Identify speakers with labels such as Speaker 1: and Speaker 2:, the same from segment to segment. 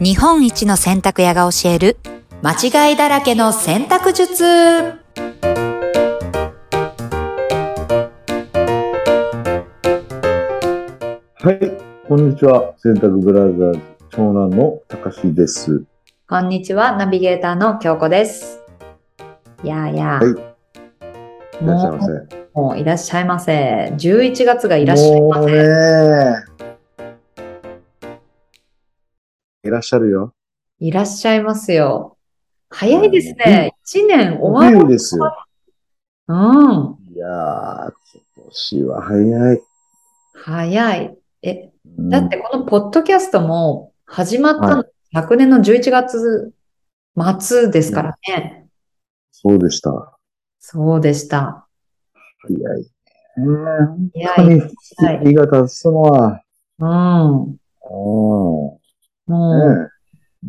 Speaker 1: 日本一の洗濯屋が教える間違いだらけの洗濯術
Speaker 2: はい、こんにちは。洗濯ブラザーズ長男のたかしです。
Speaker 1: こんにちはナビゲーターの京子ですいやーいやー、
Speaker 2: いらっしゃいませ。
Speaker 1: もういらっしゃいませ11月がいらっしゃいま
Speaker 2: もう
Speaker 1: せ
Speaker 2: ねいらっしゃるよ。
Speaker 1: いらっしゃいますよ早いですね1年終わ
Speaker 2: 冬
Speaker 1: る
Speaker 2: ですよ。
Speaker 1: うん
Speaker 2: いやー、今年は早い。
Speaker 1: 早いえ
Speaker 2: うん
Speaker 1: だってこのポッドキャストも始まったの、昨年の11月末ですからね。
Speaker 2: そうでした。
Speaker 1: そうでした。
Speaker 2: 早いね。本
Speaker 1: いや
Speaker 2: 当に
Speaker 1: 早い
Speaker 2: 日が経つのは、
Speaker 1: うん。も
Speaker 2: うん
Speaker 1: う、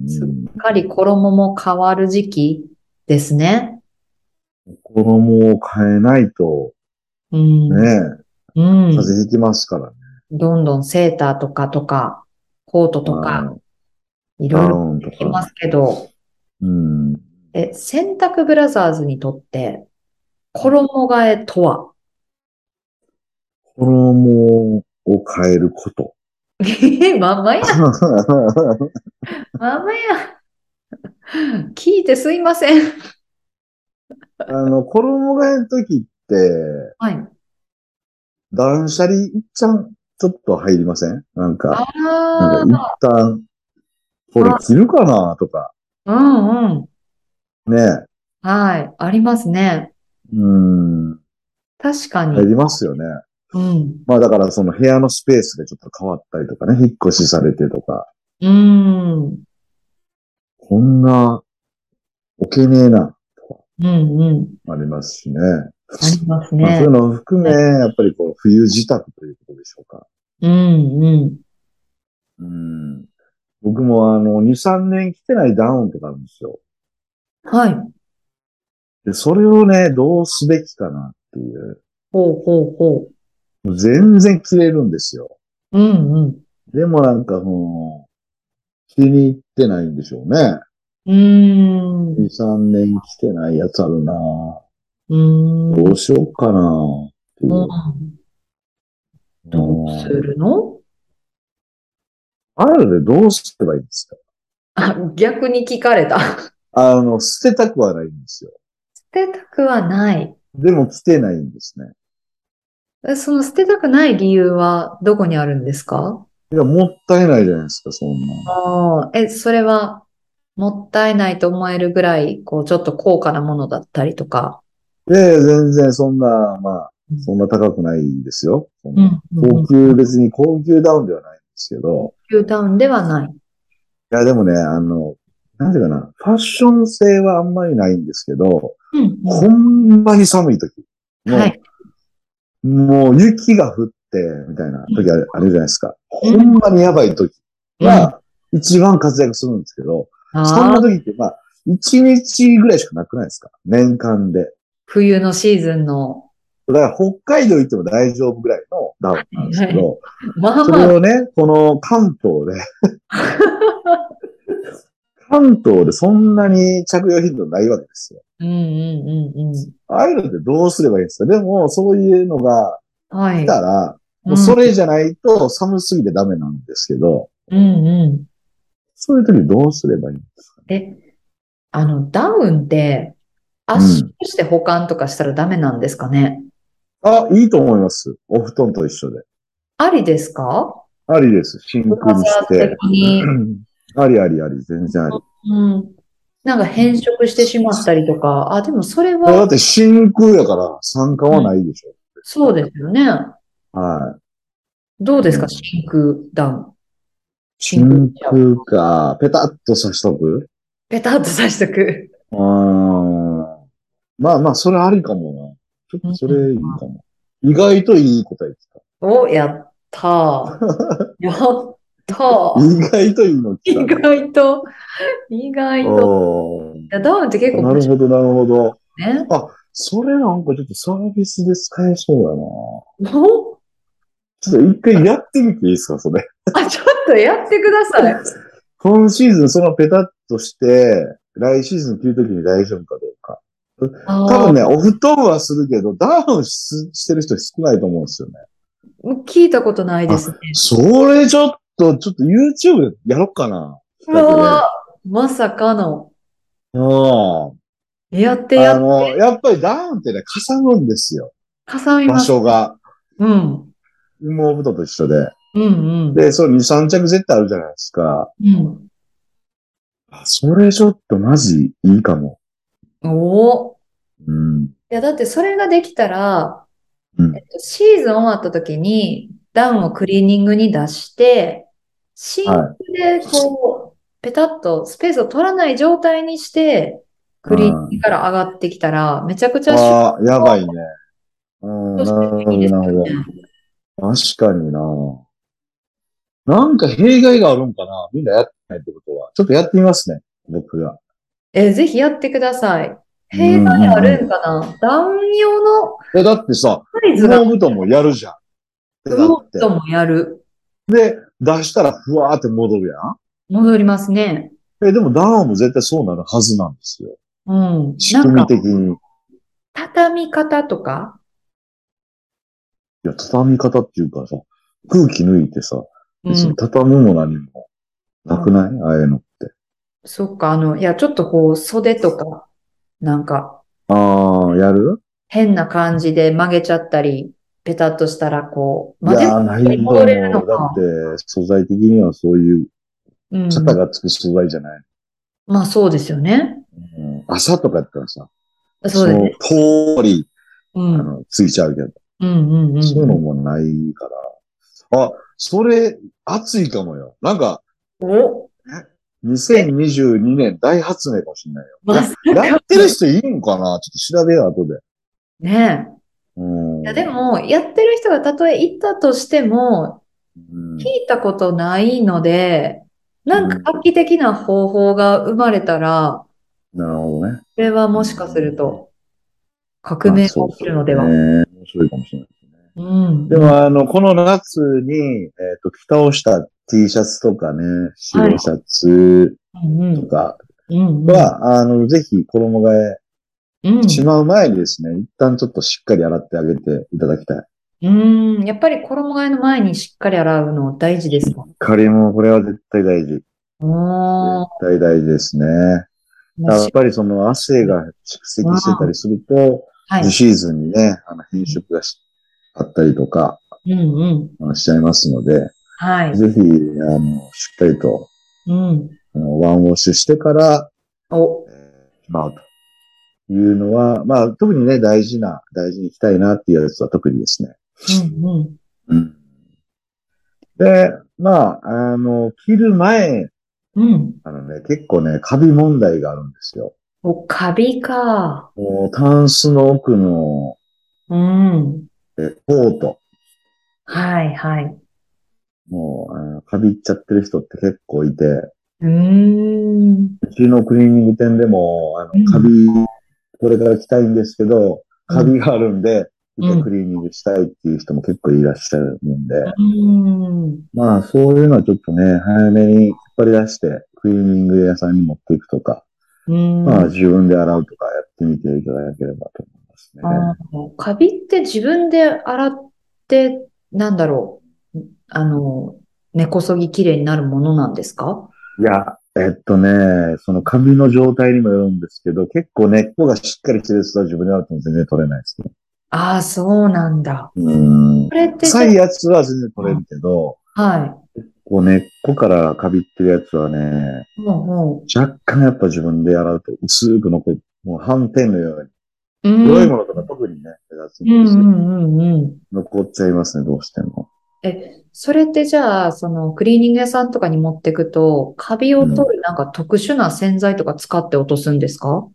Speaker 2: ねえ
Speaker 1: す
Speaker 2: うん
Speaker 1: すっかり衣も変わる時期ですね。
Speaker 2: 衣を変えないと、
Speaker 1: うん。
Speaker 2: ね、
Speaker 1: うん。
Speaker 2: 風邪ひきますからね。
Speaker 1: どんどんセーターとかとか、コートと
Speaker 2: う
Speaker 1: か
Speaker 2: ん、
Speaker 1: いろ
Speaker 2: ダ
Speaker 1: いろ
Speaker 2: ウンと
Speaker 1: 着ま
Speaker 2: か。
Speaker 1: すけど、
Speaker 2: うん
Speaker 1: え、洗濯ブラザーズにとって、衣替えとは
Speaker 2: 衣を変え ること。
Speaker 1: まんまやまんまや。聞いてすいません。
Speaker 2: あの、衣替えの時って、
Speaker 1: はい。
Speaker 2: 断捨離一ちゃん、ちょっと入りませんなんか、な
Speaker 1: あ
Speaker 2: んか一旦、これ着るかなとか、
Speaker 1: あ、うんうん。
Speaker 2: ね。
Speaker 1: はい。ありますね。
Speaker 2: うん、
Speaker 1: 確か
Speaker 2: 入
Speaker 1: に。
Speaker 2: りますよね。
Speaker 1: うん。
Speaker 2: まあだからその部屋のスペースがちょっと変わったりとかね、引っ越しされてとか、
Speaker 1: うん。うん
Speaker 2: こんな、置けねえな、
Speaker 1: うん。
Speaker 2: ありますしね。
Speaker 1: あります
Speaker 2: まあ、
Speaker 1: ね
Speaker 2: そういう。のを含め、やっぱりこう、冬自宅ということでしょうか。
Speaker 1: うんうん。
Speaker 2: うん僕もあの、2、3年着てないダウンとかあるんですよ。
Speaker 1: はい。
Speaker 2: で、それをね、どうすべきかなっていう。
Speaker 1: ほうほうほ
Speaker 2: 全然着れるんですよ。
Speaker 1: う。うんうん。
Speaker 2: でもなんかもう、気に入ってないんでしょうね。
Speaker 1: うーん。
Speaker 2: 2、3年着てないやつあるなぁ
Speaker 1: うーん。
Speaker 2: どうしようかなぁっていうう。
Speaker 1: んどうするの
Speaker 2: あるでどうすればいいんですか
Speaker 1: あ、逆に聞かれた。 捨
Speaker 2: あの、捨てたくはないんですよ。
Speaker 1: てたくはない。
Speaker 2: でも着てないんですね。
Speaker 1: えその捨てたくない理由はどこにあるんですか
Speaker 2: いや、もったいないじゃないですか、そんな。
Speaker 1: ああ、え、それはもったいないと思えるぐらい、こう、ちょっと高価なものだったりとか。
Speaker 2: で、全然そんな、まあ、そんな高くないですよ。そん
Speaker 1: う。
Speaker 2: なん
Speaker 1: うん
Speaker 2: 高級、別に高級ダウンではないんですけど、
Speaker 1: 級ダウンではない。
Speaker 2: いや、でもね、あの、なんていうかな、ファッション性はあんまりないんですけど、
Speaker 1: うんうん
Speaker 2: ほんまに寒い時。もう、
Speaker 1: はい
Speaker 2: もう雪が降って、みたいな時あるあるじゃないですか。
Speaker 1: うん
Speaker 2: ほんまにやばい時は、一番活躍するんですけど、そん
Speaker 1: あ
Speaker 2: な
Speaker 1: あ、
Speaker 2: 時って、まあ、一日ぐらいしかなくないですか年間で。
Speaker 1: 冬のシーズンの、
Speaker 2: だから北海道行っても大丈夫ぐらいのダウンなんですけど、
Speaker 1: まあ
Speaker 2: そ
Speaker 1: ま
Speaker 2: れ
Speaker 1: あ、
Speaker 2: をね、この関東 で、関東でそんなに着用頻度ないわけですよ。
Speaker 1: うんうんうんう
Speaker 2: ああいうのってどうすればいいんですかでも、そういうのが
Speaker 1: ん。は
Speaker 2: 来
Speaker 1: い。
Speaker 2: たら、もうそれじゃないと寒すぎてダメなんですけど、
Speaker 1: うん、うんうん。
Speaker 2: そういう時どうすればいいんですか
Speaker 1: え、あの、ダウンって、圧縮して保管とかしたらダメなんですかね
Speaker 2: あ、いいと思います。お布団と一緒で。
Speaker 1: ありですか
Speaker 2: ありです。真
Speaker 1: ブ
Speaker 2: 空
Speaker 1: ラ
Speaker 2: に
Speaker 1: ザ
Speaker 2: し
Speaker 1: ーズ
Speaker 2: て。
Speaker 1: 的に。
Speaker 2: ありありあり、全然あり。
Speaker 1: うん。なんか変色してしまったりとか、あ、でもそれ
Speaker 2: これだ
Speaker 1: は
Speaker 2: っ、て真空やから酸化はないでしょ。
Speaker 1: そうですよね。
Speaker 2: はい。
Speaker 1: どうです
Speaker 2: う
Speaker 1: か
Speaker 2: ん
Speaker 1: 真空ダウン。
Speaker 2: 真空か。ペタッと刺しとく
Speaker 1: ペタッと刺しとく。
Speaker 2: うーん。まあまあ、それありかもな。ちょっとそれいいかも。意外といい答えでした。
Speaker 1: お、やったー。 やったー。
Speaker 2: 意外といいの来
Speaker 1: 意
Speaker 2: た。
Speaker 1: 外と、意外と。
Speaker 2: おー
Speaker 1: いやダウンって結構
Speaker 2: な
Speaker 1: 面
Speaker 2: る
Speaker 1: 白
Speaker 2: ほど、なるほど。
Speaker 1: いね。
Speaker 2: あ、それなんかちょっとサービスで使えそうだな。
Speaker 1: お
Speaker 2: ちょっと一回やってみていいですか、それ。
Speaker 1: あ、ちょっとやってください。
Speaker 2: 今シーズンそのペタッとして、来シーズン着るときに大丈夫かどうか。
Speaker 1: あ
Speaker 2: 多分
Speaker 1: ー
Speaker 2: ね、オフトーンはするけど、ダウンししてる人少ないと思うんですよね。
Speaker 1: 聞いたことないですね。
Speaker 2: それちょっと、ちょっと YouTube でやろっかな。
Speaker 1: うわーまさかの。
Speaker 2: うん。
Speaker 1: やって
Speaker 2: あ
Speaker 1: やっ
Speaker 2: の、やっぱりダウンってね、かさむんですよ。
Speaker 1: かさみ
Speaker 2: 場
Speaker 1: ます。
Speaker 2: 所が。
Speaker 1: うん。
Speaker 2: 羽毛布団と一緒で。
Speaker 1: うんうん。
Speaker 2: で、そう、2、3着絶対あるじゃないですか。
Speaker 1: うん、
Speaker 2: あそれちょっとマジいいかも。
Speaker 1: おお。
Speaker 2: うん。
Speaker 1: いや、だってそれができたら、
Speaker 2: うん
Speaker 1: えっと、シーズン終わった時にダウンをクリーニングに出して、シンクでこう、ペタッとスペースを取らない状態にして、クリーニングから上がってきたら、めちゃくちゃ収
Speaker 2: ああ、やばいね。うん、なる
Speaker 1: 穫
Speaker 2: ほ
Speaker 1: 的です
Speaker 2: ど、
Speaker 1: よ
Speaker 2: なるほど
Speaker 1: ね。。
Speaker 2: 確かにな。なんか弊害があるんかなみんなやってないってことは。ちょっとやってみますね。僕が。
Speaker 1: えーぜひやってください。弊害あるんかなダウン用の
Speaker 2: え、だってさ、
Speaker 1: サイズが
Speaker 2: 羽毛布団もやるじゃん。だ
Speaker 1: ロ
Speaker 2: っ
Speaker 1: ット
Speaker 2: て。
Speaker 1: もやる。
Speaker 2: 出したらふわーって戻るや
Speaker 1: 戻りますね。
Speaker 2: ん。え、でもダウンも絶対そうなるはずなんですよ。
Speaker 1: うん。
Speaker 2: 仕
Speaker 1: な
Speaker 2: 組
Speaker 1: ん
Speaker 2: み
Speaker 1: か、
Speaker 2: 的に。い
Speaker 1: 畳み方とか、
Speaker 2: や、畳み方っていうかさ、空気抜いてさ、
Speaker 1: うん。
Speaker 2: 別に畳むも何もなくない、ああいうのって。
Speaker 1: そっか、あの、いや、ちょっとこう、袖とか、なんか、
Speaker 2: ああ、やる
Speaker 1: 変な感じで曲げちゃったり、ペタッとしたら、こう、
Speaker 2: い
Speaker 1: まあで
Speaker 2: や
Speaker 1: も
Speaker 2: ー、ないんだも
Speaker 1: 戻れるの
Speaker 2: ん。だ
Speaker 1: か
Speaker 2: って、素材的にはそういう、
Speaker 1: うん、
Speaker 2: 肩がつく素材じゃない。
Speaker 1: まあそうですよね。
Speaker 2: うん朝とかやったらさ、
Speaker 1: そうですね。
Speaker 2: の通り、
Speaker 1: う
Speaker 2: あ
Speaker 1: ん。うん
Speaker 2: の、ついちゃうけど、
Speaker 1: うんうん。
Speaker 2: そういうのもないから。あ、それ、熱いかもよ。なんか、
Speaker 1: お
Speaker 2: 2022年大発明かもしれないよ。
Speaker 1: まさ
Speaker 2: ややってる人いるんかなちょっと調べよう、後で。
Speaker 1: ねえ。
Speaker 2: うん。
Speaker 1: いやでも、やってる人がたとえ行ったとしても、
Speaker 2: うん、
Speaker 1: 聞いたことないので、なんか画期的な方法が生まれたら、
Speaker 2: なるほどね。
Speaker 1: これはもしかすると、革
Speaker 2: あ
Speaker 1: 命
Speaker 2: そ
Speaker 1: が
Speaker 2: う
Speaker 1: 起きるのでは。
Speaker 2: そうね面白いかもしれないですね。
Speaker 1: うん。
Speaker 2: でも、あの、この夏に、えっ、と、着倒した T シャツとかね、白シャツ
Speaker 1: うんうん
Speaker 2: とか
Speaker 1: うんうん
Speaker 2: は、あの、ぜひ衣替え
Speaker 1: うん
Speaker 2: しまう前にですね、一旦ちょっとしっかり洗ってあげていただきたい。
Speaker 1: うん、やっぱり衣替えの前にしっかり洗うの大事ですか
Speaker 2: 仮も、これは絶対大事。絶
Speaker 1: おー、
Speaker 2: 対大事ですね。やっぱりその汗が蓄積してたりすると、
Speaker 1: はい
Speaker 2: 次。シーズンにね、あの、変色がしあったりとか、
Speaker 1: うんうん。
Speaker 2: あのしちゃいますので、
Speaker 1: はい。
Speaker 2: ぜひ、あの、しっかりと、
Speaker 1: うん。
Speaker 2: あのワンウォッシュしてから、
Speaker 1: お、
Speaker 2: まあ、というのは、まあ、特にね、大事な、大事に行きたいなっていうやつは特にですね。
Speaker 1: うんうん。
Speaker 2: うん。で、まあ、あの、切る前、
Speaker 1: うん。
Speaker 2: あのね、結構ね、カビ問題があるんですよ。
Speaker 1: お、カビか。
Speaker 2: もう、タンスの奥の、
Speaker 1: うん。
Speaker 2: え、コート。
Speaker 1: はいはい。
Speaker 2: もうあの、カビいっちゃってる人って結構いて、
Speaker 1: うーん。
Speaker 2: うちのクリーニング店でも、あ
Speaker 1: うん
Speaker 2: の、カビ、これから着たいんですけど、カビがあるんで、
Speaker 1: うん
Speaker 2: 一回クリーニングしたいっていう人も結構いらっしゃるもんで、
Speaker 1: うん。
Speaker 2: まあ、そういうのはちょっとね、早めに引っ張り出して、クリーニング屋さんに持っていくとか、
Speaker 1: うん。
Speaker 2: まあ、自分で洗うとかやってみていただければと思いますね。
Speaker 1: あーカビって自分で洗って、なんだろう。あの、根こそぎきれいになるものなんですか
Speaker 2: いや、えっとね、そのカビの状態にもよるんですけど、結構根っこがしっかりしてるやつは自分で洗っても全然取れないですね。
Speaker 1: ああ、そうなんだ。
Speaker 2: うん
Speaker 1: こ。れってじゃ
Speaker 2: 臭いやつは全然取れるけど、
Speaker 1: は
Speaker 2: こう根っこからカビってるやつはね、
Speaker 1: い。もう、も
Speaker 2: 若干やっぱ自分で洗うと薄く残る。もう斑点のように。
Speaker 1: う。うん。
Speaker 2: 黒いものとか特にね、目立つ
Speaker 1: うん
Speaker 2: ん
Speaker 1: う
Speaker 2: ですよ
Speaker 1: んうんうん。
Speaker 2: 残っちゃいますね、どうしても。
Speaker 1: それってじゃあ、そのクリーニング屋さんとかに持ってくと、カビを取るなんか特殊な洗剤とか使って落とすんですか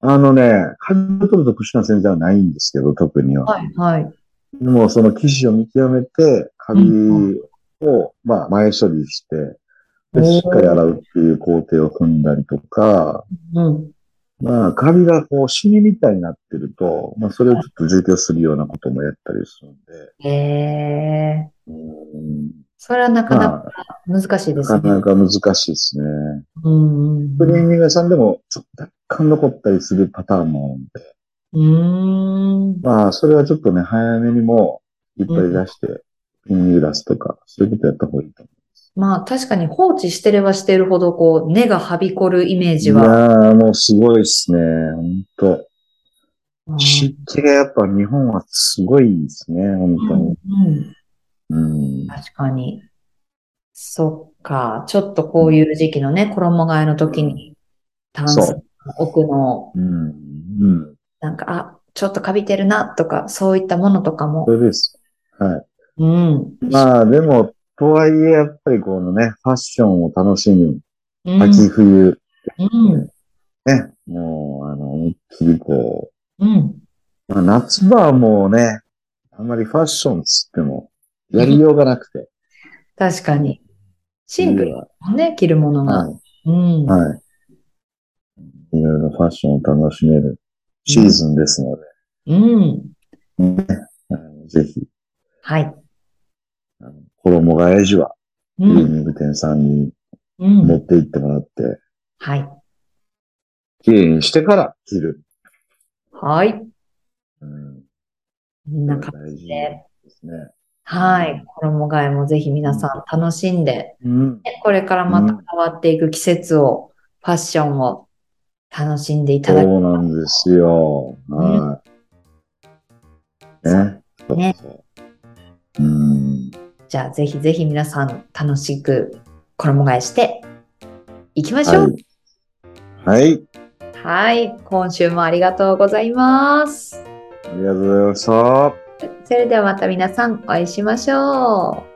Speaker 2: あのね、カビを取る特殊な洗剤はないんですけど、特には。
Speaker 1: はい、はい。
Speaker 2: でも、その生地を見極めて、カビ
Speaker 1: うん
Speaker 2: を、まあ、前処理して、
Speaker 1: お
Speaker 2: で
Speaker 1: ー
Speaker 2: しっかり洗うっていう工程を踏んだりとか、
Speaker 1: うん。
Speaker 2: まあ、カビがこう、シミみたいになってると、まあ、それをちょっと除去するようなこともやったりするんで、
Speaker 1: へえ。
Speaker 2: うん
Speaker 1: それはなかなか難しいです
Speaker 2: なか
Speaker 1: ね
Speaker 2: な。か難しいですね。
Speaker 1: うんうん
Speaker 2: クリーニング屋さんでも、ちょっと若干残ったりするパターンもあるんで。
Speaker 1: うん。うーん。
Speaker 2: まあ、それはちょっとね、早めにもういっぱい出して、クリーニング出すとか、そういうことやった方がいいと思
Speaker 1: まあ確かに放置してればしてるほど、こう、根がはびこるイメー
Speaker 2: う。い
Speaker 1: ジ
Speaker 2: や
Speaker 1: は。
Speaker 2: ー、もうすごいですね。本当
Speaker 1: うん
Speaker 2: 湿気がやっぱ日本はすごいですね、本当に。
Speaker 1: うん
Speaker 2: うん。
Speaker 1: 確かに。そっか。ちょっとこういう時期のね、衣替えの時に、タンス
Speaker 2: そう
Speaker 1: の奥の、
Speaker 2: うん。うん。
Speaker 1: なんか、あ、ちょっとカビてるな、とか、そういったものとか
Speaker 2: そ
Speaker 1: も。
Speaker 2: れです。はい。
Speaker 1: うん。
Speaker 2: まあでも、とはいえ、やっぱりこのね、ファッションを楽しむ、
Speaker 1: うん。
Speaker 2: 秋冬、
Speaker 1: うん。
Speaker 2: ね、もう、あの、思いっきりこ
Speaker 1: うん。
Speaker 2: う、まあ、夏場はもうね、あんまりファッションつっても、やりようがなくて。
Speaker 1: 確かに。シンプル
Speaker 2: は。
Speaker 1: だもんね、着るものが。
Speaker 2: は
Speaker 1: うん
Speaker 2: い。。はい。いろいろファッションを楽しめるシーズンですので、
Speaker 1: うん。
Speaker 2: ねあのぜひ、
Speaker 1: はい。
Speaker 2: あの衣替え時は、
Speaker 1: う
Speaker 2: クリー
Speaker 1: ん。
Speaker 2: ニング店さんに
Speaker 1: う
Speaker 2: 持っ
Speaker 1: ん。
Speaker 2: て行ってもらって、
Speaker 1: はい。
Speaker 2: 綺麗にしてから着る。
Speaker 1: はい。
Speaker 2: うん。
Speaker 1: こんな感
Speaker 2: 大事
Speaker 1: じで。
Speaker 2: ですね。
Speaker 1: はい。衣替えもぜひ皆さん楽しんで、
Speaker 2: うん。
Speaker 1: ねこれからまた変わっていく季節を、ファッションを楽しんでいただき
Speaker 2: そうなんですよ。はい。ね。
Speaker 1: ね
Speaker 2: そうそう。うん。
Speaker 1: じゃあぜひぜひ皆さん楽しく衣替えしていきましょう。
Speaker 2: はい。はい。
Speaker 1: はい。今週もありがとうございます。
Speaker 2: ありがとうございました。
Speaker 1: それではまた皆さんお会いしましょう。